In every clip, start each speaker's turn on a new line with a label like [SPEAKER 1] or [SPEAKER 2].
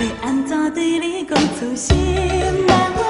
[SPEAKER 1] 要安怎对你讲出心内话？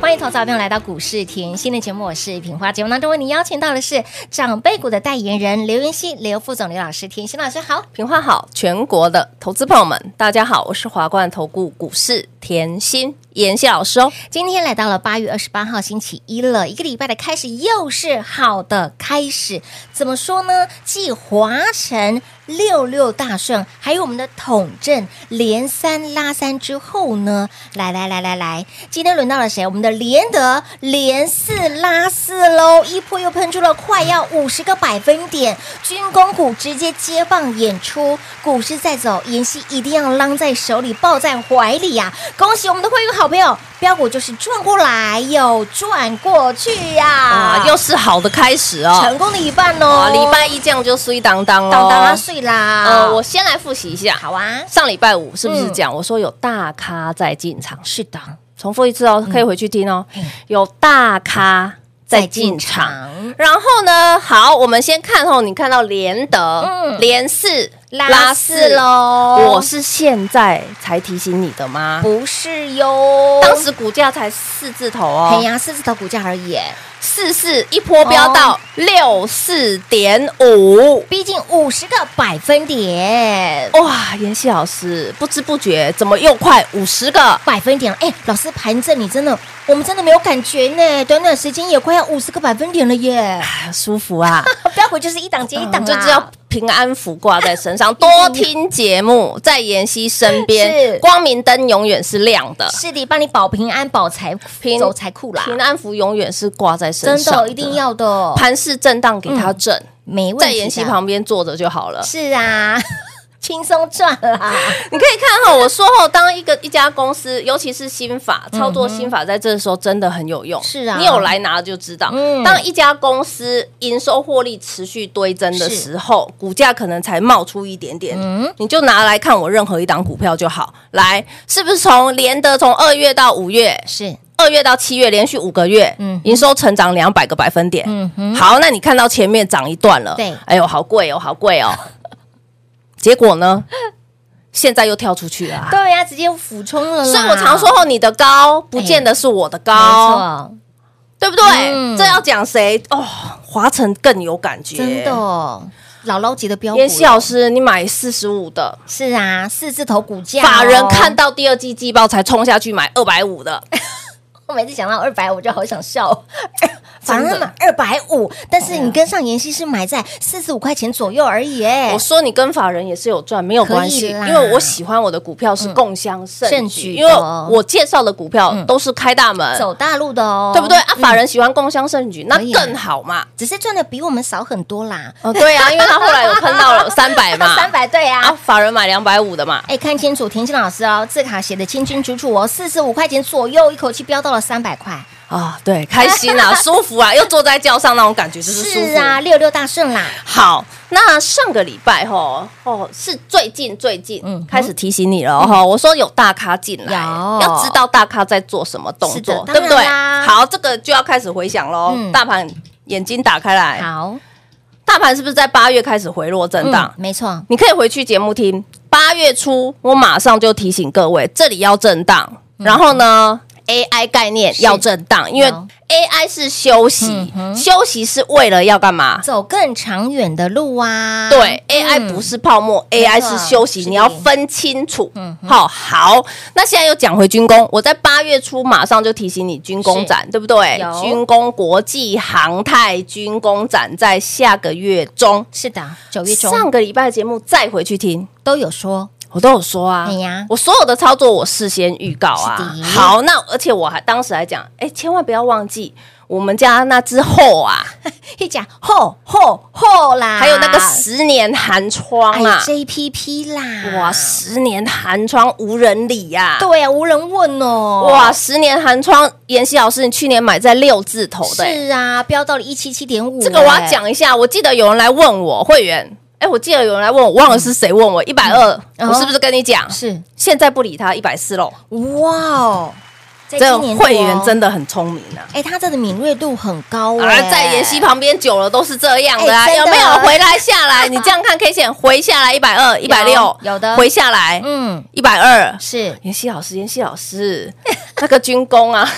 [SPEAKER 2] 欢迎投资者朋友来到股市甜心的节目，我是品花。节目当中为您邀请到的是长辈股的代言人刘元熙、刘副总、刘老师、甜心老师好。
[SPEAKER 3] 平话好，全国的投资朋友们，大家好，我是华冠投顾股市甜心妍希老师哦。
[SPEAKER 2] 今天来到了八月二十八号星期一了，一个礼拜的开始又是好的开始。怎么说呢？继华晨六六大顺，还有我们的统正连三拉三之后呢，来来来来来，今天轮到了谁？我们的连德连四拉四喽，一波又喷出了快要五十个百分点，军工股直接接棒演出，股市在走，妍希一定要浪在手里，抱在怀里呀、恭喜我们的会员好朋友，标股就是转过来又转过去呀、
[SPEAKER 3] 啊，又是好的开始哦。
[SPEAKER 2] 成功的一半哦
[SPEAKER 3] 啊，，礼拜一这样就衰当当哦。
[SPEAKER 2] 当当啊睡啦。
[SPEAKER 3] 呃，我先来复习一下。
[SPEAKER 2] 好啊，
[SPEAKER 3] 上礼拜五是不是讲、我说有大咖在进场？
[SPEAKER 2] 是的，
[SPEAKER 3] 重复一次
[SPEAKER 2] 嗯
[SPEAKER 3] 哦，可以回去听哦。有大咖在进场。
[SPEAKER 2] 场
[SPEAKER 3] 然后呢？好，我们先看哦，你看到连德、
[SPEAKER 2] 嗯
[SPEAKER 3] 连四
[SPEAKER 2] 拉四
[SPEAKER 3] 喽。
[SPEAKER 2] 喽，
[SPEAKER 3] 我是现在才提醒你的吗？
[SPEAKER 2] 不是哟？
[SPEAKER 3] 当时股价才四字头
[SPEAKER 2] 哎
[SPEAKER 3] 哦，
[SPEAKER 2] 呀，四字头股价而已耶，
[SPEAKER 3] 四四一波飙到六四点五，
[SPEAKER 2] 逼近五十个百分点，
[SPEAKER 3] 哇！妍希老师不知不觉怎么又快五十个？
[SPEAKER 2] 百分点了。哎，老师盘正，你真的，我们真的没有感觉呢，短短时间也快要五十个百分点了耶。
[SPEAKER 3] 哎舒服啊！
[SPEAKER 2] 标股就是一档接一档、啊
[SPEAKER 3] 就知道平安符挂在身上，多听节目，在妍希身
[SPEAKER 2] 是
[SPEAKER 3] 边，光明灯永远是亮的，
[SPEAKER 2] 是的，帮你保平安、保财、
[SPEAKER 3] 平
[SPEAKER 2] 走财库啦，
[SPEAKER 3] 平安符永远是挂在身
[SPEAKER 2] 真
[SPEAKER 3] 上
[SPEAKER 2] 的一定要的，
[SPEAKER 3] 盘势震荡给它震，
[SPEAKER 2] 没问题。
[SPEAKER 3] 在妍希，旁边坐着就好了。
[SPEAKER 2] 是啊， 轻松赚啦，
[SPEAKER 3] 你可以看哈，我说后，当一个一家公司，尤其是新法操作新法，在这时候真的很有用。
[SPEAKER 2] 嗯是啊
[SPEAKER 3] 你有来拿就知道。
[SPEAKER 2] 嗯
[SPEAKER 3] 当一家公司营收获利持续堆增的时候，股价可能才冒出一点点。
[SPEAKER 2] 嗯
[SPEAKER 3] 你就拿来看我任何一档股票就好。来，是不是从连得从二月到五月，
[SPEAKER 2] 是
[SPEAKER 3] 二月到七月连续五个月，
[SPEAKER 2] 嗯
[SPEAKER 3] 营收成长两百个百分点。
[SPEAKER 2] 嗯哼
[SPEAKER 3] 好，那你看到前面涨一段了，
[SPEAKER 2] 对
[SPEAKER 3] 哎呦，好贵哦，好贵哦。 结果呢，现在又跳出去了啊、
[SPEAKER 2] 对呀、直接俯冲了啦。哎
[SPEAKER 3] 所以我常说，哦你的高不见得是我的高，
[SPEAKER 2] 没错，
[SPEAKER 3] 对不对？
[SPEAKER 2] 嗯
[SPEAKER 3] 这要讲谁哦？华晨更有感觉，
[SPEAKER 2] 真的、。哦，姥姥级的标股了，
[SPEAKER 3] 妍希老师，你买四十五的，
[SPEAKER 2] 是啊，四字头股价、哦
[SPEAKER 3] 法人看，到第二季季报才冲下去买二百五的，
[SPEAKER 2] 哎我每次想到二百，我就好想笑。法
[SPEAKER 3] 真的
[SPEAKER 2] 人
[SPEAKER 3] 哎
[SPEAKER 2] 买二百五，但是你跟上妍希是买在四十五块钱左右而已，哎
[SPEAKER 3] 我，说你跟法人也是有赚，没有关系，
[SPEAKER 2] 可以啦嗯
[SPEAKER 3] 因为我喜欢我的股票是共襄盛
[SPEAKER 2] 盛
[SPEAKER 3] 举，
[SPEAKER 2] 举的嗯
[SPEAKER 3] 因为我介绍的股票都是开大门，
[SPEAKER 2] 走大路的哦，
[SPEAKER 3] 对不对？啊，法人喜欢共襄盛举，那
[SPEAKER 2] 可以啊
[SPEAKER 3] 更好嘛。
[SPEAKER 2] 只是赚的比我们少很多啦，
[SPEAKER 3] 哦，对啊，因为他后来有喷到 了三百嘛，
[SPEAKER 2] 三百对啊
[SPEAKER 3] 啊，。法人买两百五的嘛，
[SPEAKER 2] 哎，看清楚，田心老师哦，字卡写的清清楚楚哦，四十五块钱左右，一口气飙到了三百块。
[SPEAKER 3] 啊，对，开心 啊，舒服啊，又坐在轿上那种感觉就是舒服。
[SPEAKER 2] 啊，六六大顺啦，
[SPEAKER 3] 好，那上个礼拜吼，哦，是最近最近，
[SPEAKER 2] 嗯哼
[SPEAKER 3] 开始提醒你了哈、我说有大咖进来，
[SPEAKER 2] 有
[SPEAKER 3] 要知道大咖在做什么动
[SPEAKER 2] 是的
[SPEAKER 3] 作，对
[SPEAKER 2] 当
[SPEAKER 3] 不
[SPEAKER 2] 然
[SPEAKER 3] 对？
[SPEAKER 2] 啦
[SPEAKER 3] 好，这个就要开始回想喽、
[SPEAKER 2] 嗯
[SPEAKER 3] 大盘眼睛打开来，
[SPEAKER 2] 好，嗯
[SPEAKER 3] 大盘是不是在八月开始回落震荡？
[SPEAKER 2] 没错，
[SPEAKER 3] 你可以回去节目听。八月初，我马上就提醒各位，这里要震荡。
[SPEAKER 2] 嗯
[SPEAKER 3] 然后呢，AI 概念要震荡，因为
[SPEAKER 2] 有嗯
[SPEAKER 3] AI 是休息，休息是为了要干嘛？
[SPEAKER 2] 走更长远的路啊。
[SPEAKER 3] 对
[SPEAKER 2] 嗯
[SPEAKER 3] ，AI 不是泡沫
[SPEAKER 2] 没
[SPEAKER 3] ，AI
[SPEAKER 2] 错
[SPEAKER 3] 是休息，
[SPEAKER 2] 是
[SPEAKER 3] 你要
[SPEAKER 2] 的嗯
[SPEAKER 3] 分清楚。好，好，那现在又讲回军工，我在八月初马上就提醒你军工展，对不对
[SPEAKER 2] 有？
[SPEAKER 3] 军工国际航太军工展在下个月中，
[SPEAKER 2] 是的，九月中
[SPEAKER 3] 上个礼拜的节目再回去听。
[SPEAKER 2] 都有说，
[SPEAKER 3] 我都有说啊，
[SPEAKER 2] 哎呀
[SPEAKER 3] 我所有的操作我事先预告啊
[SPEAKER 2] 是的。
[SPEAKER 3] 好，那而且我还当时还讲，哎，千万不要忘记，我们家那只 后啊，
[SPEAKER 2] 一讲吼吼吼啦，
[SPEAKER 3] 还有那个十年寒窗
[SPEAKER 2] 啊哎
[SPEAKER 3] 啊，
[SPEAKER 2] JPP 啦，
[SPEAKER 3] 哇，十年寒窗无人理呀、
[SPEAKER 2] 对啊，无人问哦，
[SPEAKER 3] 哇，，十年寒窗，妍希老师，你去年买在六字头的、欸
[SPEAKER 2] 是啊，飙到了一七七点五，哎
[SPEAKER 3] 这个我要，讲一下。我记得有人来问我会员，哎、我记得有人来问我，忘了是谁问我一百二
[SPEAKER 2] 嗯
[SPEAKER 3] 我是不是跟你讲？
[SPEAKER 2] 是
[SPEAKER 3] 现在不理他一百四喽，
[SPEAKER 2] 哇哦，在
[SPEAKER 3] 这个
[SPEAKER 2] 今年
[SPEAKER 3] 会
[SPEAKER 2] 度哦
[SPEAKER 3] 员真的很聪明啊！
[SPEAKER 2] 哎，他真的敏锐度很高
[SPEAKER 3] 而
[SPEAKER 2] 哎，
[SPEAKER 3] 啊在妍希旁边久了都是这样的啊，
[SPEAKER 2] 哎真
[SPEAKER 3] 有
[SPEAKER 2] 的
[SPEAKER 3] 没有回来下来？你这样看 K 线回下来一百二、一百六，
[SPEAKER 2] 有的
[SPEAKER 3] 回下来，嗯，
[SPEAKER 2] 嗯，
[SPEAKER 3] 一百二。
[SPEAKER 2] 是
[SPEAKER 3] 妍希老师，妍希老师，那个军工啊，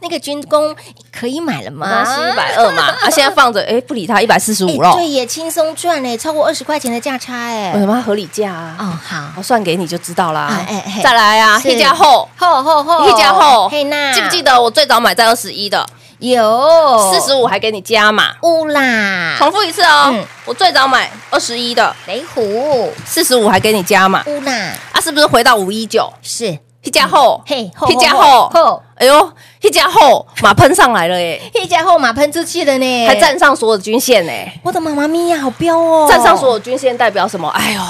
[SPEAKER 2] 那个军工可以买了
[SPEAKER 3] 那是
[SPEAKER 2] 吗？
[SPEAKER 3] 一百二嘛，啊，现在放着，哎，不理他一百四十五
[SPEAKER 2] 啊哎
[SPEAKER 3] 喽，
[SPEAKER 2] 对也轻松赚嘞，超过二十块钱的价差哎
[SPEAKER 3] 为，什么它合理价啊？
[SPEAKER 2] 哦好，
[SPEAKER 3] 我算给你就知道啦
[SPEAKER 2] 哎哎哎。
[SPEAKER 3] 再来啊，
[SPEAKER 2] 是
[SPEAKER 3] 黑加厚，
[SPEAKER 2] 吼吼吼
[SPEAKER 3] 黑加厚，
[SPEAKER 2] 嘿娜，
[SPEAKER 3] 记不记得我最早买在二十一的，
[SPEAKER 2] 有
[SPEAKER 3] 四十五还给你加码。
[SPEAKER 2] 五啦？
[SPEAKER 3] 重复一次哦
[SPEAKER 2] 嗯，
[SPEAKER 3] 我最早买二十一的，
[SPEAKER 2] 雷虎
[SPEAKER 3] 四十五还给你加码，
[SPEAKER 2] 乌啦
[SPEAKER 3] 啊，是不是回到五一九？
[SPEAKER 2] 是
[SPEAKER 3] 黑加厚，
[SPEAKER 2] 嗯嘿，
[SPEAKER 3] 黑加厚，
[SPEAKER 2] 后
[SPEAKER 3] 哎呦，黑加厚马喷上来了耶，
[SPEAKER 2] 嘿加后马喷出去了呢，
[SPEAKER 3] 还站上所有均线呢。
[SPEAKER 2] 我的妈妈咪呀，好彪哦，
[SPEAKER 3] 站上所有均线代表什么？哎呦，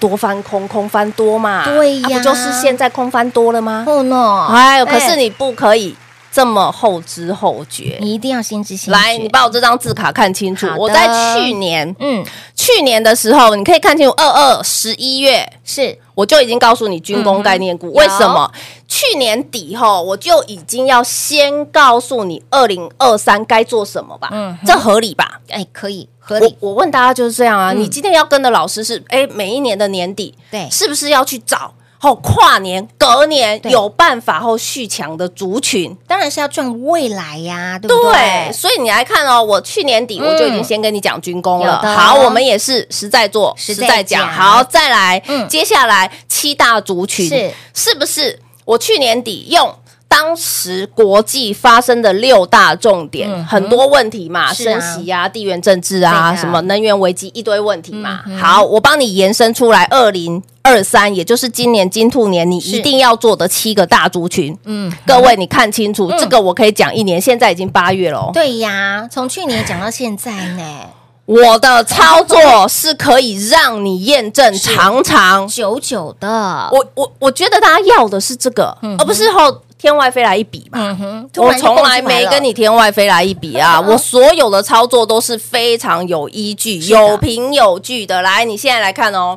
[SPEAKER 3] 多翻空，空翻多嘛。
[SPEAKER 2] 对呀哦
[SPEAKER 3] 啊不就是现在空翻多了吗？
[SPEAKER 2] 后呢，
[SPEAKER 3] 哎呦，可是你不可以这么后知后觉。
[SPEAKER 2] 你一定要先知先觉
[SPEAKER 3] 来，你把我这张字卡看清楚
[SPEAKER 2] 好。的
[SPEAKER 3] 我在去年，
[SPEAKER 2] 嗯
[SPEAKER 3] 去年的时候，你可以看清楚，二二十一月
[SPEAKER 2] 是嗯
[SPEAKER 3] 我就已经告诉你军工概念股、为什么去年底后我就已经要先告诉你二零二三该做什么吧，
[SPEAKER 2] 嗯哼
[SPEAKER 3] 这合理吧？
[SPEAKER 2] 哎可以合
[SPEAKER 3] 我
[SPEAKER 2] 理
[SPEAKER 3] 我问大家就是这样啊，
[SPEAKER 2] 嗯
[SPEAKER 3] 你今天要跟的老师是，哎，每一年的年底，
[SPEAKER 2] 对
[SPEAKER 3] 是不是要去找哦跨年、隔年
[SPEAKER 2] 对
[SPEAKER 3] 有办法后续强的族群？
[SPEAKER 2] 当然是要赚未来呀，对不
[SPEAKER 3] 对，
[SPEAKER 2] 对？
[SPEAKER 3] 所以你来看哦，我去年底
[SPEAKER 2] 嗯
[SPEAKER 3] 我就已经先跟你讲军工了
[SPEAKER 2] 有。的
[SPEAKER 3] 好，我们也是实在做，
[SPEAKER 2] 实
[SPEAKER 3] 实
[SPEAKER 2] 在
[SPEAKER 3] 在讲。
[SPEAKER 2] 讲
[SPEAKER 3] 好，再来
[SPEAKER 2] 嗯，
[SPEAKER 3] 接下来七大族群
[SPEAKER 2] 是
[SPEAKER 3] 是不是？我去年底用。当时国际发生的六大重点，
[SPEAKER 2] 嗯哼
[SPEAKER 3] 很多问题嘛，
[SPEAKER 2] 是啊
[SPEAKER 3] 升息啊、地缘政治啊、
[SPEAKER 2] 对的
[SPEAKER 3] 什么能源危机，一堆问题嘛。
[SPEAKER 2] 嗯哼
[SPEAKER 3] 好，我帮你延伸出来，二零二三，也就是今年金兔年，你
[SPEAKER 2] 是
[SPEAKER 3] 一定要做的七个大族群。
[SPEAKER 2] 嗯，
[SPEAKER 3] 各位，你看清楚，
[SPEAKER 2] 嗯
[SPEAKER 3] 这个我可以讲一年，现在已经八月了哦。
[SPEAKER 2] 对呀，从去年讲到现在 呢，
[SPEAKER 3] 我的操作是可以让你验证常常。
[SPEAKER 2] 久久的，
[SPEAKER 3] 我我我觉得大家要的是这个，
[SPEAKER 2] 嗯
[SPEAKER 3] 而不是后天外飞来一笔嘛。
[SPEAKER 2] 嗯哼，突
[SPEAKER 3] 我
[SPEAKER 2] 然就
[SPEAKER 3] 从
[SPEAKER 2] 蹦
[SPEAKER 3] 来
[SPEAKER 2] 出了嗯
[SPEAKER 3] 没跟你天外飞来一笔啊！我所有的操作都是非常有依据、
[SPEAKER 2] 的
[SPEAKER 3] 有凭有据的。来，你现在来看哦，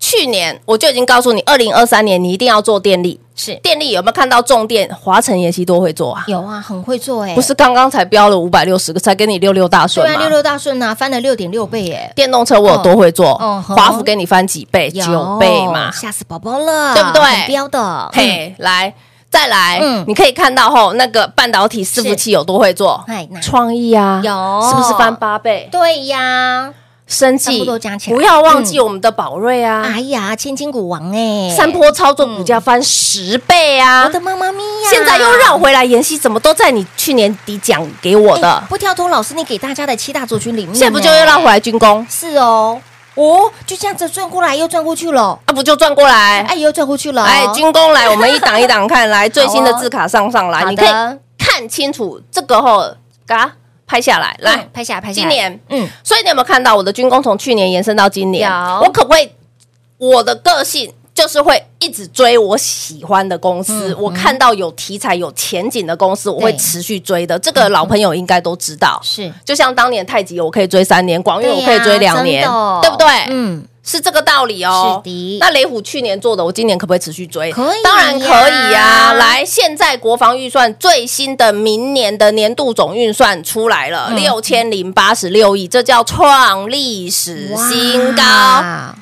[SPEAKER 3] 去年我就已经告诉你，二零二三年你一定要做电力。
[SPEAKER 2] 是
[SPEAKER 3] 电力有没有看到重电？华晨妍希多会做啊！
[SPEAKER 2] 有啊，很会做哎，
[SPEAKER 3] 不是刚刚才标了五百六十个，才给你六六大顺
[SPEAKER 2] 对啊，
[SPEAKER 3] 吗？嗯
[SPEAKER 2] 六六大顺啊，翻了六点六倍耶，
[SPEAKER 3] 电动车我有多会做，
[SPEAKER 2] 哦哦
[SPEAKER 3] 华府给你翻几倍，
[SPEAKER 2] 有
[SPEAKER 3] 九倍嘛。
[SPEAKER 2] 吓死宝宝了，
[SPEAKER 3] 对不对
[SPEAKER 2] 很标的，嗯，
[SPEAKER 3] 嘿，来再来
[SPEAKER 2] 嗯，
[SPEAKER 3] 你可以看到吼，那个半导体伺服器有多会做
[SPEAKER 2] 哎那，
[SPEAKER 3] 创意啊，
[SPEAKER 2] 有
[SPEAKER 3] 是不是翻八倍？
[SPEAKER 2] 对呀，
[SPEAKER 3] 生
[SPEAKER 2] 差不
[SPEAKER 3] 技
[SPEAKER 2] 多加起来
[SPEAKER 3] 不要忘记我们的宝瑞啊，
[SPEAKER 2] 哎呀，千金股王哎，
[SPEAKER 3] 山坡操作股价翻十倍啊
[SPEAKER 2] 我的，妈妈咪呀！
[SPEAKER 3] 现在又绕回来，妍希怎么都在你去年底讲给我
[SPEAKER 2] 哎
[SPEAKER 3] 的，
[SPEAKER 2] 不跳脱老师你给大家的七大族群里面呢，哦
[SPEAKER 3] 现在不就又绕回来军工
[SPEAKER 2] 是哦，哦，就这样子转过来又转过去了，
[SPEAKER 3] 啊？不就转过来？
[SPEAKER 2] 哎，又转过去了，
[SPEAKER 3] 哎，军工来，我们一档一档看，来最新的字卡上上来，
[SPEAKER 2] 好
[SPEAKER 3] 你可以
[SPEAKER 2] 的嗯
[SPEAKER 3] 看清楚这个后，嘎拍下来，来、
[SPEAKER 2] 嗯拍下来，拍下来，
[SPEAKER 3] 今年，
[SPEAKER 2] 嗯，
[SPEAKER 3] 所以你有没有看到我的军工从去年延伸到今年？
[SPEAKER 2] 有
[SPEAKER 3] 我可不可以？我的个性就是会一直追我喜欢的公
[SPEAKER 2] 嗯
[SPEAKER 3] 司，我看到有题材、有前景的公司，我会持续追的。这个老朋友应该都知道。
[SPEAKER 2] 是
[SPEAKER 3] 就像当年太极，我可以追三年；广
[SPEAKER 2] 嗯
[SPEAKER 3] 运
[SPEAKER 2] 对
[SPEAKER 3] 我
[SPEAKER 2] 呀
[SPEAKER 3] 可以追两年，
[SPEAKER 2] 真的哦
[SPEAKER 3] 对不对？
[SPEAKER 2] 嗯，
[SPEAKER 3] 是这个道理哦。
[SPEAKER 2] 是的
[SPEAKER 3] 那雷虎去年做的，我今年可不可以持续追？
[SPEAKER 2] 可以呀
[SPEAKER 3] 当然可以呀、来，现在国防预算最新的明年的年度总预算出来了，
[SPEAKER 2] 嗯
[SPEAKER 3] 六千零八十六亿，这叫创历史新高。
[SPEAKER 2] 哇，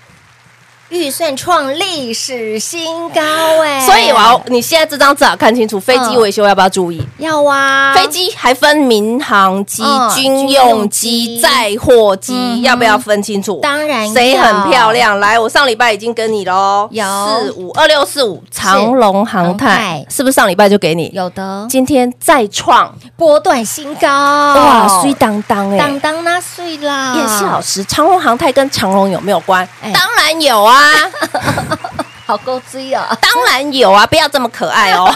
[SPEAKER 2] 预算创历史新高哎，
[SPEAKER 3] 所以我要，你现在这张字啊，看清楚，飞机
[SPEAKER 2] 嗯
[SPEAKER 3] 维修要不要注意？
[SPEAKER 2] 要啊，
[SPEAKER 3] 飞机还分民航机、
[SPEAKER 2] 嗯
[SPEAKER 3] 军
[SPEAKER 2] 军用
[SPEAKER 3] 用
[SPEAKER 2] 机
[SPEAKER 3] 机、载
[SPEAKER 2] 嗯
[SPEAKER 3] 货
[SPEAKER 2] 哼
[SPEAKER 3] 机，要不要分清楚？
[SPEAKER 2] 当然
[SPEAKER 3] 谁
[SPEAKER 2] 要
[SPEAKER 3] 很漂亮？来，我上礼拜已经跟你喽，
[SPEAKER 2] 有
[SPEAKER 3] 四五二六四五长龙航
[SPEAKER 2] 航
[SPEAKER 3] 太
[SPEAKER 2] 太，
[SPEAKER 3] 是不是上礼拜就给你？
[SPEAKER 2] 有的
[SPEAKER 3] 今天再创
[SPEAKER 2] 波段新高，
[SPEAKER 3] 哇，水当当哎！
[SPEAKER 2] 哦当当那碎啦，
[SPEAKER 3] 叶希老师，长龙航太跟长龙有没有关
[SPEAKER 2] 哎？
[SPEAKER 3] 当然有啊！
[SPEAKER 2] 好够追啊！
[SPEAKER 3] 当然有啊，不要这么可 爱哦。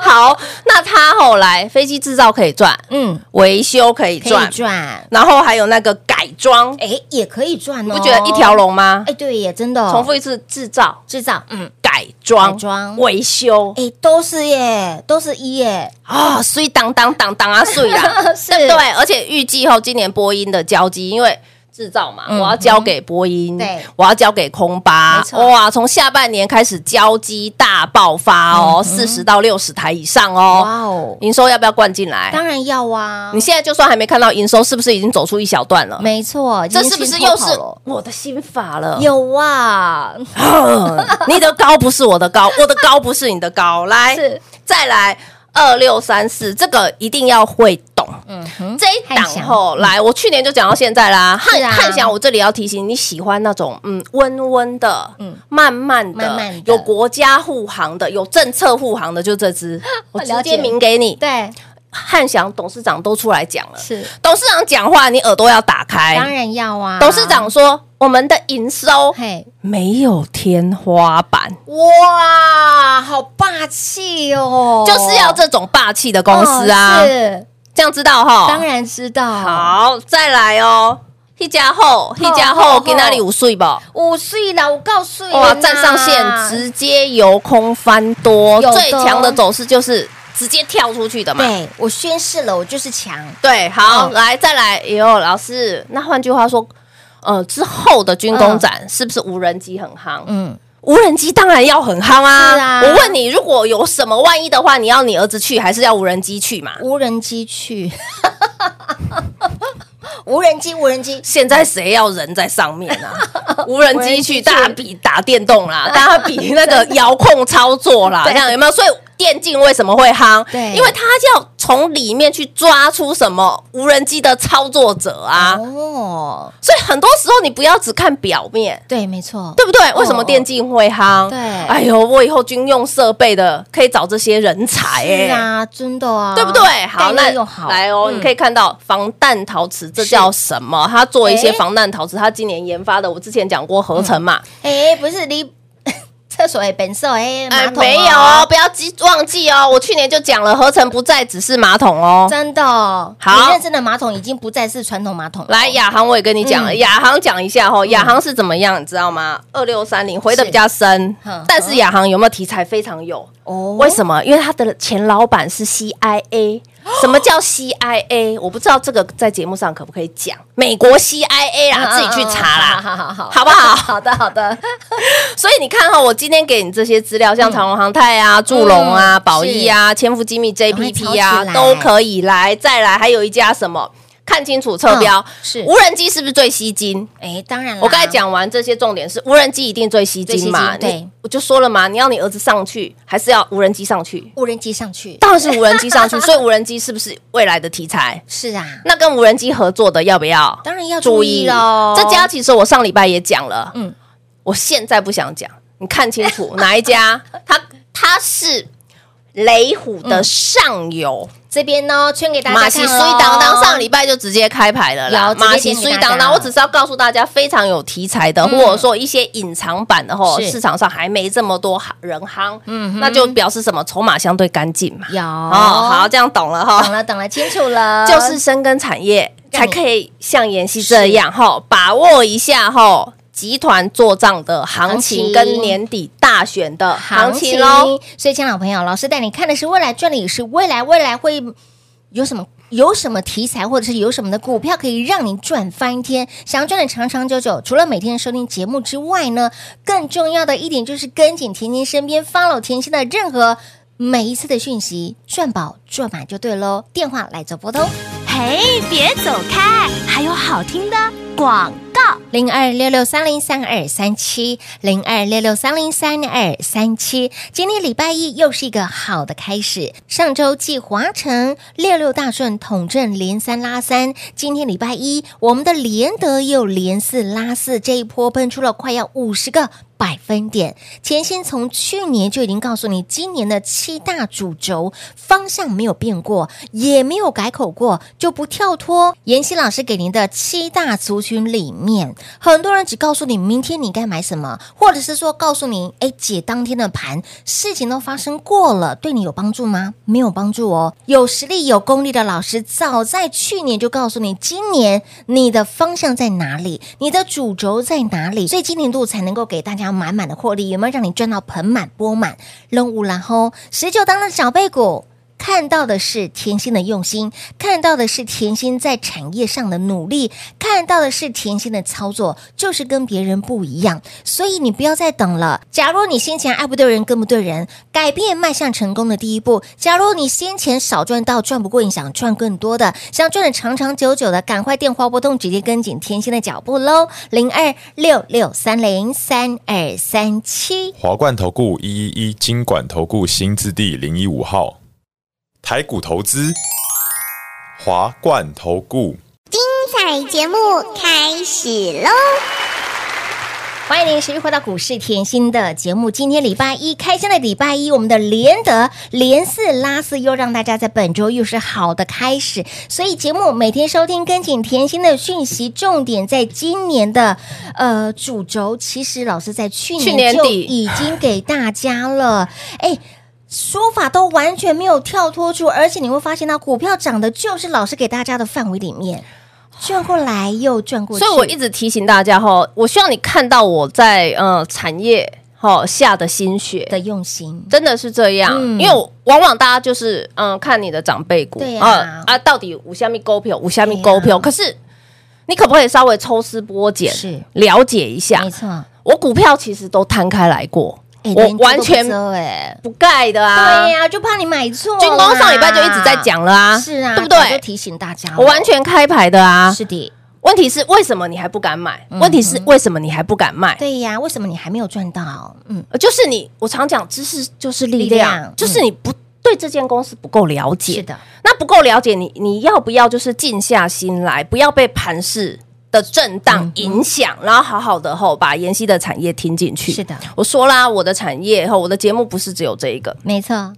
[SPEAKER 3] 好，那它后来飞机制造可以赚，
[SPEAKER 2] 嗯，
[SPEAKER 3] 维修可以
[SPEAKER 2] 可以
[SPEAKER 3] 赚，
[SPEAKER 2] 赚，
[SPEAKER 3] 然后还有那个改装，
[SPEAKER 2] 哎，也可以赚
[SPEAKER 3] 你
[SPEAKER 2] 哦。
[SPEAKER 3] 不觉得一条？龙吗？
[SPEAKER 2] 哎，对耶，真的哦。
[SPEAKER 3] 重复一次，制造、
[SPEAKER 2] 制造，
[SPEAKER 3] 嗯，改装、
[SPEAKER 2] 改装
[SPEAKER 3] 维修
[SPEAKER 2] 哎，都是耶，都是一耶。
[SPEAKER 3] 啊，所以当当当当啊，碎啦，
[SPEAKER 2] 是
[SPEAKER 3] 对不对？而且预计后今年波音的交机，因为制造嘛，
[SPEAKER 2] 嗯
[SPEAKER 3] 我要交给波音，
[SPEAKER 2] 对
[SPEAKER 3] 我要交给空
[SPEAKER 2] 没
[SPEAKER 3] 巴，
[SPEAKER 2] 错
[SPEAKER 3] 哇，从下半年开始交机大爆发哦，四十到六十台以上
[SPEAKER 2] 嗯
[SPEAKER 3] 哦，
[SPEAKER 2] 哇哦，
[SPEAKER 3] 营收要不要灌进来？
[SPEAKER 2] 当然要啊
[SPEAKER 3] 你。现在就算还没看到营收，是不是已经走出一小段了？
[SPEAKER 2] 没错，
[SPEAKER 3] 这
[SPEAKER 2] 已经
[SPEAKER 3] 是不是
[SPEAKER 2] 先偷
[SPEAKER 3] 又是
[SPEAKER 2] 跑了
[SPEAKER 3] 我的心法了？
[SPEAKER 2] 有啊？
[SPEAKER 3] 你的高不是我的高，我的高不是你的高。来
[SPEAKER 2] 是，
[SPEAKER 3] 再来二六三四，这个一定要会懂。
[SPEAKER 2] 嗯哼，
[SPEAKER 3] 这一档
[SPEAKER 2] 汉翔
[SPEAKER 3] 后来，我去年就讲到现在啦。汉
[SPEAKER 2] 是啊
[SPEAKER 3] 汉翔，我这里要提醒你，喜欢那种嗯温温的，
[SPEAKER 2] 嗯
[SPEAKER 3] 嗯慢慢的，
[SPEAKER 2] 慢慢的
[SPEAKER 3] 有国家护航的，有政策护航的，就 这支，我直
[SPEAKER 2] 了解
[SPEAKER 3] 接明给你。
[SPEAKER 2] 对，
[SPEAKER 3] 汉翔董事长都出来讲了，
[SPEAKER 2] 是
[SPEAKER 3] 董事长讲话，你耳朵要打开。
[SPEAKER 2] 当然要啊。哎
[SPEAKER 3] 董事长，说，我们的营收
[SPEAKER 2] 嘿，
[SPEAKER 3] 没有天花板。
[SPEAKER 2] 哇，好霸气哦！
[SPEAKER 3] 就是要这种霸气的公司啊，
[SPEAKER 2] 哦是
[SPEAKER 3] 这样知道哈？
[SPEAKER 2] 当然知
[SPEAKER 3] 哦
[SPEAKER 2] 道。，
[SPEAKER 3] 好，再来哦。一家后，一家
[SPEAKER 2] 好
[SPEAKER 3] 后，给那里五岁吧，哎
[SPEAKER 2] 五岁了，我告诉你，
[SPEAKER 3] 哇，站上线直接由空翻多，
[SPEAKER 2] 有的
[SPEAKER 3] 最强的走势就是直接跳出去的嘛。
[SPEAKER 2] 对我宣誓了，我就是强。
[SPEAKER 3] 对，好，
[SPEAKER 2] 嗯
[SPEAKER 3] 来再来，也有老师。那换句话说，呃，之后的军工展是不是无人机很夯？
[SPEAKER 2] 嗯，
[SPEAKER 3] 无人机当然要很夯啊！
[SPEAKER 2] 是啊
[SPEAKER 3] 我问你，如果有什么万一的话，你要你儿子去，还是要无人机去嘛？
[SPEAKER 2] 无人机去， 无人机，无人机，
[SPEAKER 3] 现在谁要人在上面 啊？无人机去，大家比打电动啦，大家比那个遥控操作 啦，
[SPEAKER 2] 对
[SPEAKER 3] 这样有没有？所以电竞为什么会夯？
[SPEAKER 2] 对
[SPEAKER 3] 因为它要从里面去抓出什么无人机的操作者啊。
[SPEAKER 2] 哦，
[SPEAKER 3] 所以很多时候你不要只看表面。
[SPEAKER 2] 对，没错，
[SPEAKER 3] 对不对？为什么电竞会夯？
[SPEAKER 2] 哦对
[SPEAKER 3] 哎呦，我以后军用设备的可以找这些人才哎、
[SPEAKER 2] 是啊，真的啊，
[SPEAKER 3] 对不对？好，
[SPEAKER 2] 概
[SPEAKER 3] 那
[SPEAKER 2] 念又好，嗯
[SPEAKER 3] 来哦，你可以看到防弹陶瓷，这叫什么？它做一些防弹陶瓷，它今年研发的，我之前讲过合成嘛，
[SPEAKER 2] 哎，不是你 厕所哎，本色哎，马
[SPEAKER 3] 哎，
[SPEAKER 2] 桶哦
[SPEAKER 3] 没有哦，，不要记忘记哦，我去年就讲了，合成不再只是马桶哦。
[SPEAKER 2] 真的哦，
[SPEAKER 3] 好
[SPEAKER 2] 你认真的马桶已经不再是传统马桶了，
[SPEAKER 3] 来，亚航我也跟你讲了，
[SPEAKER 2] 嗯
[SPEAKER 3] 亚航讲一下哦，亚航是怎么样，你知道吗？二六三零回的比较深
[SPEAKER 2] 哼，
[SPEAKER 3] 但是亚航有没有题材非常有？
[SPEAKER 2] 哦
[SPEAKER 3] 为什么？因为他的前老板是 CIA。什么叫 CIA？我不知道这个在节目上可不可以讲。美国 CIA
[SPEAKER 2] 嗯
[SPEAKER 3] 啦，自己去查
[SPEAKER 2] 嗯嗯
[SPEAKER 3] 啦，
[SPEAKER 2] 好好好，
[SPEAKER 3] 好不好？
[SPEAKER 2] 好的好的，
[SPEAKER 3] 所以你看哈，我今天给你这些资料，像长荣航太啊、祝融啊、
[SPEAKER 2] 嗯
[SPEAKER 3] 宝益啊、千富精密
[SPEAKER 2] 赶快
[SPEAKER 3] JPP
[SPEAKER 2] 抄
[SPEAKER 3] 啊
[SPEAKER 2] 哎起来，
[SPEAKER 3] 都可以来。再来，还有一家什么？看清楚侧标
[SPEAKER 2] 嗯，是
[SPEAKER 3] 无人机是不是最吸睛？
[SPEAKER 2] 哎，当然啦，
[SPEAKER 3] 我刚才讲完这些重点是无人机一定最吸睛嘛？
[SPEAKER 2] 最吸睛
[SPEAKER 3] 你
[SPEAKER 2] 对，
[SPEAKER 3] 我就说了嘛，你要你儿子上去，还是要无人机上去？
[SPEAKER 2] 无人机上去，
[SPEAKER 3] 当然是无人机上去，所以无人机是不是未来的题材？
[SPEAKER 2] 是啊，
[SPEAKER 3] 那跟无人机合作的要不要？
[SPEAKER 2] 当然要 注意喽，
[SPEAKER 3] 这家其实我上礼拜也讲了，
[SPEAKER 2] 嗯
[SPEAKER 3] 嗯，我现在不想讲，你看清 楚哪一家，它它是雷虎的上游，
[SPEAKER 2] 这边呢，圈嗯给大家
[SPEAKER 3] 马戏
[SPEAKER 2] 看
[SPEAKER 3] 水
[SPEAKER 2] 咯
[SPEAKER 3] 当当上礼拜就直接开牌了
[SPEAKER 2] 有
[SPEAKER 3] 啦，
[SPEAKER 2] 直接
[SPEAKER 3] 马戏
[SPEAKER 2] 点给
[SPEAKER 3] 水
[SPEAKER 2] 大家嗯
[SPEAKER 3] 当当，我只是要告诉大家非常有题材的，或者说一些隐藏版的吼，
[SPEAKER 2] 是
[SPEAKER 3] 市场上还没这么多人夯，
[SPEAKER 2] 嗯哼
[SPEAKER 3] 那就表示什么筹码相对干净嘛，
[SPEAKER 2] 有
[SPEAKER 3] 哦，好，这样懂了哈，
[SPEAKER 2] 懂了懂了，清楚了，
[SPEAKER 3] 就是深耕产业
[SPEAKER 2] 让
[SPEAKER 3] 才
[SPEAKER 2] 你
[SPEAKER 3] 可以像妍希这样哈，把握一下哈。集团做账的行
[SPEAKER 2] 行情
[SPEAKER 3] 情跟年底大选的
[SPEAKER 2] 行
[SPEAKER 3] 行
[SPEAKER 2] 情
[SPEAKER 3] 情哦
[SPEAKER 2] 喽
[SPEAKER 3] 喽，。
[SPEAKER 2] 所以，亲爱的朋友，老师带你看的是未来，赚的也是未来，未来会有什么？有什么题材，或者是有什么的股票可以让你赚翻天？想要赚的长长久久，除了每天收听节目之外呢，更重要的一点就是跟紧甜甜身边，follow 甜心的任何每一次的讯息，赚饱赚满就对喽。电话来做拨通。
[SPEAKER 4] 嘿，别走开，还有好听的广告。
[SPEAKER 2] 零二六六三零三二三七，零二六六三零三二三七。今天礼拜一又是一个好的开始。上周继华城、六六大顺、统正连三拉三，今天礼拜一我们的联德又连四拉四，这一波喷出了快要五十个。百分点。前先从去年就已经告诉你，今年的七大主轴方向没有变过，也没有改口过，就不跳脱妍希老师给您的七大族群里面。很多人只告诉你明天你该买什么，或者是说告诉你，哎，姐当天的盘事情都发生过了，对你有帮助吗？没有帮助哦。有实力、有功力的老师，早在去年就告诉你，今年你的方向在哪里，你的主轴在哪里，所以今年度才能够给大家满满的获利，有没有让你赚到盆满钵满？任务然后十九档的小贝股。看到的是甜心的用心，看到的是甜心在产业上的努力，看到的是甜心的操作，就是跟别人不一样。所以你不要再等了。假如你先前爱不对人，跟不对人，改变迈向成功的第一步。假如你先前少赚到，赚不过你想赚更多的，想赚的长长久久的，赶快电话拨动，直接跟紧甜心的脚步喽，零二六六三零三二三七。
[SPEAKER 5] 华冠投顾一一一金管投顾新字第零一五号，台股投资，华冠投顾。
[SPEAKER 6] 彩节目开始喽！
[SPEAKER 2] 欢迎您持续回到股市甜心的节目。今天礼拜一，开心的礼拜一，我们的连德连四拉四，又让大家在本周又是好的开始。所以节目每天收听跟紧甜心的讯息，重点在今年的呃主轴，其实老师在去
[SPEAKER 3] 去年
[SPEAKER 2] 年就
[SPEAKER 3] 底
[SPEAKER 2] 已经给大家了。哎。说法都完全没有跳脱出，而且你会发现，它股票涨的就是老师给大家的范围里面，转过来又转过去。
[SPEAKER 3] 所以我一直提醒大家哈，我希望你看到我在呃产业哈下的心血，
[SPEAKER 2] 的用心，
[SPEAKER 3] 真的是这样，
[SPEAKER 2] 嗯
[SPEAKER 3] 因为我往往大家就是嗯，看你的长辈股，
[SPEAKER 2] 对啊
[SPEAKER 3] 啊啊到底五虾米勾票，五虾米勾
[SPEAKER 2] 对啊
[SPEAKER 3] 票，可是你可不可以稍微抽丝剥茧，
[SPEAKER 2] 是
[SPEAKER 3] 了解一下
[SPEAKER 2] 没？错。
[SPEAKER 3] 我股票其实都摊开来过，
[SPEAKER 2] 哎
[SPEAKER 3] 啊我完全
[SPEAKER 2] 哎，
[SPEAKER 3] 不盖的啊。
[SPEAKER 2] 对呀、就怕你买错啦。
[SPEAKER 3] 军工上礼拜就一直在讲了啊，
[SPEAKER 2] 是啊，
[SPEAKER 3] 对不
[SPEAKER 2] 早就
[SPEAKER 3] 对？
[SPEAKER 2] 提醒大家了，
[SPEAKER 3] 我完全开牌的啊。
[SPEAKER 2] 是嗯的，
[SPEAKER 3] 问题是为什么你还不敢买？问题是为什么你还不敢卖？
[SPEAKER 2] 对呀、为什么你还没有赚到？嗯，
[SPEAKER 3] 呃就是你，我常讲，知识就是力
[SPEAKER 2] 力量
[SPEAKER 3] 量
[SPEAKER 2] 嗯，
[SPEAKER 3] 就是你不对这间公司不够了解，
[SPEAKER 2] 是的，
[SPEAKER 3] 那不够了解你，你要不要就是静下心来，不要被盘势的震
[SPEAKER 2] 嗯
[SPEAKER 3] 荡影响，然后好好的吼把妍希的产业听进去。
[SPEAKER 2] 是的
[SPEAKER 3] 我说啦，我的产业吼，我的节目不是只有这一个
[SPEAKER 2] 没错，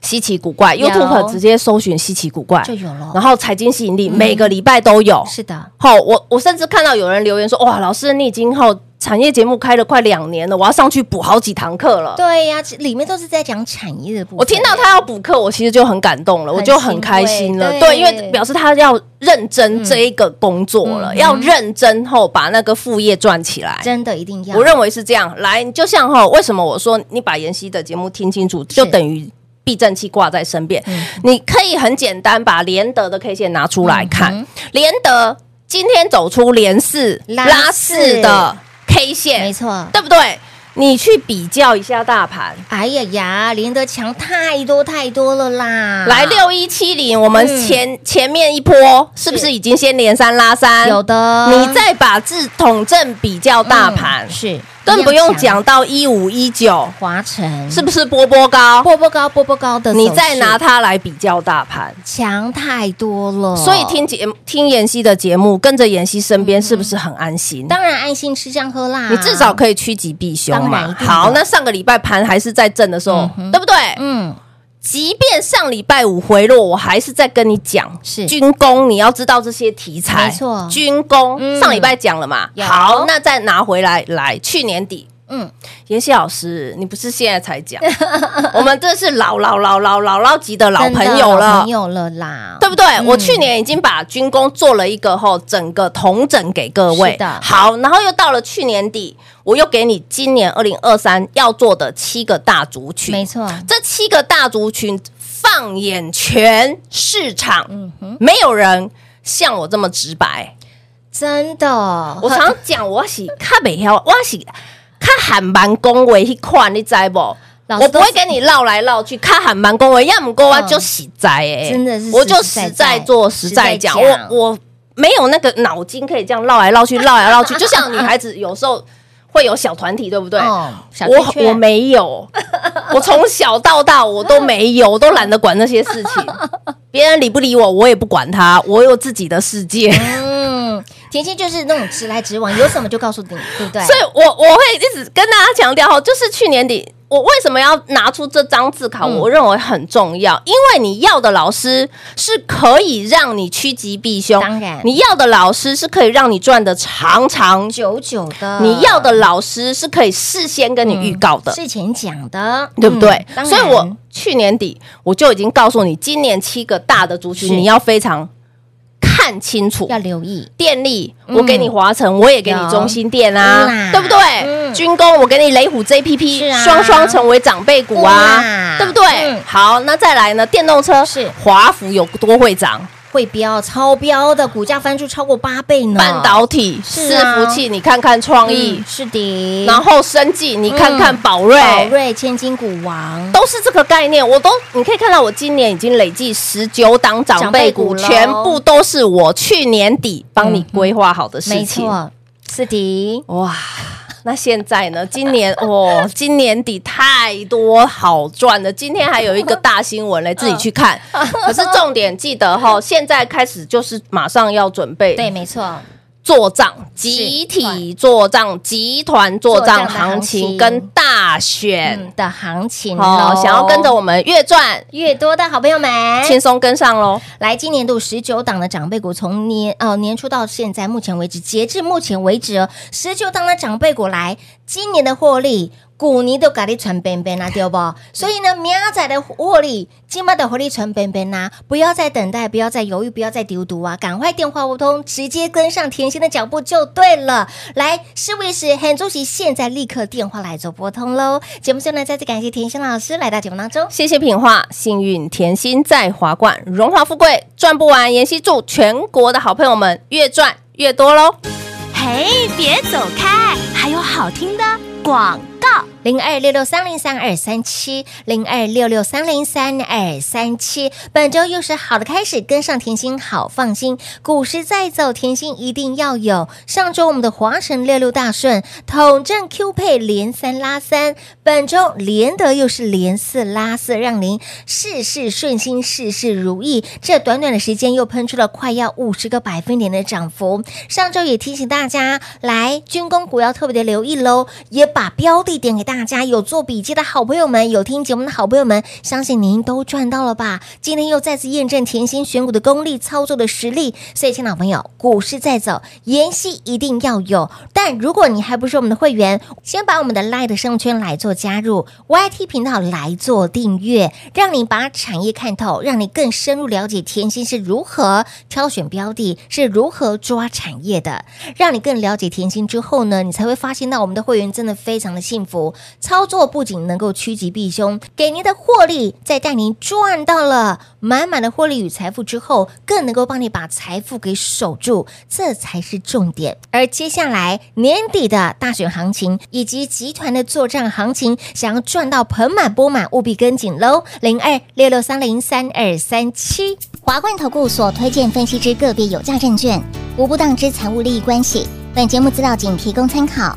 [SPEAKER 3] 稀奇古怪
[SPEAKER 2] 有
[SPEAKER 3] ，YouTube 直接搜寻稀奇古怪
[SPEAKER 2] 就有了嗯
[SPEAKER 3] 然后财经吸引力、每个礼拜都有。
[SPEAKER 2] 是的，
[SPEAKER 3] 好，我我甚至看到有人留言说，哇，老师你已经后产业节目开了快两年了，我要上去补好几堂课了。
[SPEAKER 2] 对呀、其里面都是在讲产业的部分。
[SPEAKER 3] 我听到他要补课，我其实就很感动了，
[SPEAKER 2] 很
[SPEAKER 3] 我就很开心了。
[SPEAKER 2] 欣慰对
[SPEAKER 3] 对，因为表示他要认真这一个工作
[SPEAKER 2] 嗯
[SPEAKER 3] 了，要认真后把那个副业赚起来。
[SPEAKER 2] 真的一定要，
[SPEAKER 3] 我认为是这样。来，你就像哈，为什么我说你把妍希的节目听清楚，就等于避震器挂在身边。
[SPEAKER 2] 嗯
[SPEAKER 3] 你可以很简单把连德的 K 线拿出来看，
[SPEAKER 2] 嗯
[SPEAKER 3] 连德今天走出连四
[SPEAKER 2] 拉四
[SPEAKER 3] 四的 K 线，
[SPEAKER 2] 没，错。
[SPEAKER 3] 对不对？你去比较一下大盘。
[SPEAKER 2] 哎呀呀，连德强太多太多了啦！
[SPEAKER 3] 来六一七零，我们
[SPEAKER 2] 啊嗯
[SPEAKER 3] 前、前面一波是不是已经先连三拉三？
[SPEAKER 2] 有，的，嗯
[SPEAKER 3] 你再把自统正比较大盘，
[SPEAKER 2] 是
[SPEAKER 3] 更不用
[SPEAKER 2] 一样
[SPEAKER 3] 讲到一五一九，
[SPEAKER 2] 华晨，
[SPEAKER 3] 是不是波波高？
[SPEAKER 2] 波波高波波高的走势，
[SPEAKER 3] 你再拿它来比较大盘。
[SPEAKER 2] 强太多了，
[SPEAKER 3] 所以听节听妍希的节目，跟着妍希身边是不是很安心？
[SPEAKER 2] 嗯当然安心吃香喝辣，
[SPEAKER 3] 你至少可以趋吉避凶
[SPEAKER 2] 当然一
[SPEAKER 3] 嘛。
[SPEAKER 2] 定的
[SPEAKER 3] 好，那上个礼拜盘还是在震的时候，对不对？
[SPEAKER 2] 嗯，
[SPEAKER 3] 即便上礼拜五回落，我还是在跟你讲，
[SPEAKER 2] 是
[SPEAKER 3] 军工，你要知道这些题材，
[SPEAKER 2] 没错
[SPEAKER 3] 军工、
[SPEAKER 2] 嗯
[SPEAKER 3] 上礼拜讲了嘛，
[SPEAKER 2] 有
[SPEAKER 3] 好，那再拿回来，来去年底。
[SPEAKER 2] 嗯
[SPEAKER 3] 嗯，妍希老师，你不是现在才 讲，我们这是老老老老老老级的老
[SPEAKER 2] 真的
[SPEAKER 3] 朋友
[SPEAKER 2] 老
[SPEAKER 3] 了
[SPEAKER 2] 朋，友嗯了啦，
[SPEAKER 3] 对不对？我去年已经把军工做了一个后整个同整给各位
[SPEAKER 2] 是的，
[SPEAKER 3] 好，然后又到了去年底，我又给你今年二零二三要做的七个大族群，
[SPEAKER 2] 没错，
[SPEAKER 3] 这七个大族群，放眼全市场，没有人像我这么直白。
[SPEAKER 2] 真的，
[SPEAKER 3] 我常讲，我是较袂晓，我是较韩版恭维去款，你知不？
[SPEAKER 2] 老师
[SPEAKER 3] 我不
[SPEAKER 2] 都
[SPEAKER 3] 会
[SPEAKER 2] 是
[SPEAKER 3] 跟你绕来绕去，看韩版恭维，要么过我
[SPEAKER 2] 嗯
[SPEAKER 3] 就实在哎、
[SPEAKER 2] 真的是
[SPEAKER 3] 我就
[SPEAKER 2] 实在
[SPEAKER 3] 实在做
[SPEAKER 2] 实
[SPEAKER 3] 实
[SPEAKER 2] 在
[SPEAKER 3] 在讲，
[SPEAKER 2] 讲
[SPEAKER 3] 我我没有那个脑筋可以这样绕来绕去，绕来绕去，就像女孩子有时候会有小团体，对不对？
[SPEAKER 2] 哦小圈圈
[SPEAKER 3] 我我没有，我从小到大我都没有，我都懒得管那些 事情，别人理不理我，我也不管他，我有自己的世界。
[SPEAKER 2] 嗯，甜心就是那种直来直往，有什么就告诉你，对不对？
[SPEAKER 3] 所以我我会一直跟大家强调哦，就是去年底我为什么要拿出这张字卡，
[SPEAKER 2] 嗯
[SPEAKER 3] 我认为很重要，因为你要的老师是可以让你趋吉避凶，
[SPEAKER 2] 当然
[SPEAKER 3] 你要的老师是可以让你赚的长长久，
[SPEAKER 2] 久久的，
[SPEAKER 3] 你要的老师是可以事先跟你预
[SPEAKER 2] 嗯
[SPEAKER 3] 告的。
[SPEAKER 2] 事前讲的，
[SPEAKER 3] 对不对？
[SPEAKER 2] 嗯当
[SPEAKER 3] 所以
[SPEAKER 2] 然
[SPEAKER 3] 我去年底我就已经告诉你，今年七个大的族
[SPEAKER 2] 是
[SPEAKER 3] 群你要非常看清楚
[SPEAKER 2] 要。留意，
[SPEAKER 3] 电力，
[SPEAKER 2] 嗯
[SPEAKER 3] 我给你华晨，我也给你中心店
[SPEAKER 2] 有啦
[SPEAKER 3] 啊，对不对？
[SPEAKER 2] 嗯
[SPEAKER 3] 军工，我给你雷虎
[SPEAKER 2] 是
[SPEAKER 3] JPP，、
[SPEAKER 2] 啊
[SPEAKER 3] 双双成为长辈股啊
[SPEAKER 2] 有啦，
[SPEAKER 3] 对不对、
[SPEAKER 2] 嗯
[SPEAKER 3] 好，那再来呢？电动车
[SPEAKER 2] 是
[SPEAKER 3] 华孚有多会涨？
[SPEAKER 2] 会标超标的股价翻出超过八倍呢，
[SPEAKER 3] 半导体、
[SPEAKER 2] 嗯是
[SPEAKER 3] 伺
[SPEAKER 2] 啊
[SPEAKER 3] 服器，你看看创意
[SPEAKER 2] 嗯，是的，
[SPEAKER 3] 然后生技，你看看
[SPEAKER 2] 嗯
[SPEAKER 3] 宝瑞，
[SPEAKER 2] 宝瑞千金股王，
[SPEAKER 3] 都是这个概念，我都你可以看到，我今年已经累计十九档长辈股，
[SPEAKER 2] 长辈股咯
[SPEAKER 3] 全部都是我去年底帮你规划好的事
[SPEAKER 2] 嗯没
[SPEAKER 3] 情。
[SPEAKER 2] 错，是的，
[SPEAKER 3] 哇，那现在呢？今年哦， 今年底太多好赚的。今天还有一个大新闻
[SPEAKER 2] 嗯
[SPEAKER 3] 嘞，自己去看。可是重点记得哈，现在开始就是马上要准备
[SPEAKER 2] 对，没错，
[SPEAKER 3] 做账，集体做账，集团做
[SPEAKER 2] 做账
[SPEAKER 3] 账
[SPEAKER 2] 的
[SPEAKER 3] 行
[SPEAKER 2] 行
[SPEAKER 3] 情
[SPEAKER 2] 情
[SPEAKER 3] 跟大选。
[SPEAKER 2] 嗯的行情
[SPEAKER 3] 好、
[SPEAKER 2] 哦，
[SPEAKER 3] 想要跟着我们越赚
[SPEAKER 2] 越多的好朋友们，
[SPEAKER 3] 轻松跟上喽。
[SPEAKER 2] 来，今年度十九档的长辈股，从年呃年初到现在，目前为止，截至目前为止哦，十九档的长辈股来，今年的获利，股你都给你传边边啊啦，对不？所以呢，明仔的获利，今晚的获利传边边啦，不要再等待，不要再犹豫，不要再丢毒啊，赶快电话互通，直接跟上甜心的脚步就对了。来，事不宜迟，很主席现在立刻电话来做拨通喽。节目最后呢，再次感谢甜心老师来到节目当中。
[SPEAKER 3] 谢谢品画，幸运甜心在华冠，荣华富贵赚不完。妍希祝全国的好朋友们越赚越多喽！
[SPEAKER 4] 嘿，别走开，还有好听的广告。
[SPEAKER 2] 零二六六三零三二三七，零二六六三零三二三七。本周又是好的开始，跟上甜心好放心。股市再走，甜心一定要有。上周我们的华晨六六大顺，统正 Q 配连三拉三，本周连德又是连四拉四，让您事事顺心，事事如意。这短短的时间又喷出了快要五十个百分点的涨幅。上周也提醒大家，来军工股要特别的留意喽，也把标的点给大家。有做笔记的好朋友们，有听节目的好朋友们，相信您都赚到了吧？今天又再次验证甜心选股的功力、操作的实力。所以，亲老朋友，股市在走，妍希一定要有。但如果你还不是我们的会员，先把我们的 Line 的生圈来做加入，YT 频道来做订阅，让你把产业看透，让你更深入了解甜心是如何挑选标的，是如何抓产业的，让你更了解甜心之后呢，你才会发现到我们的会员真的非常的幸福，操作不仅能够趋吉避凶，给您的获利再带您赚到了满满的获利与财富之后，更能够帮你把财富给守住，这才是重点。而接下来年底的大选行情以及集团的作战行情，想要赚到盆满钵满，务必跟紧喽！零二六六三零三二三七。
[SPEAKER 6] 华冠投顾所推荐分析之个别有价证券，无不当之财务利益关系。本节目资料仅提供参考，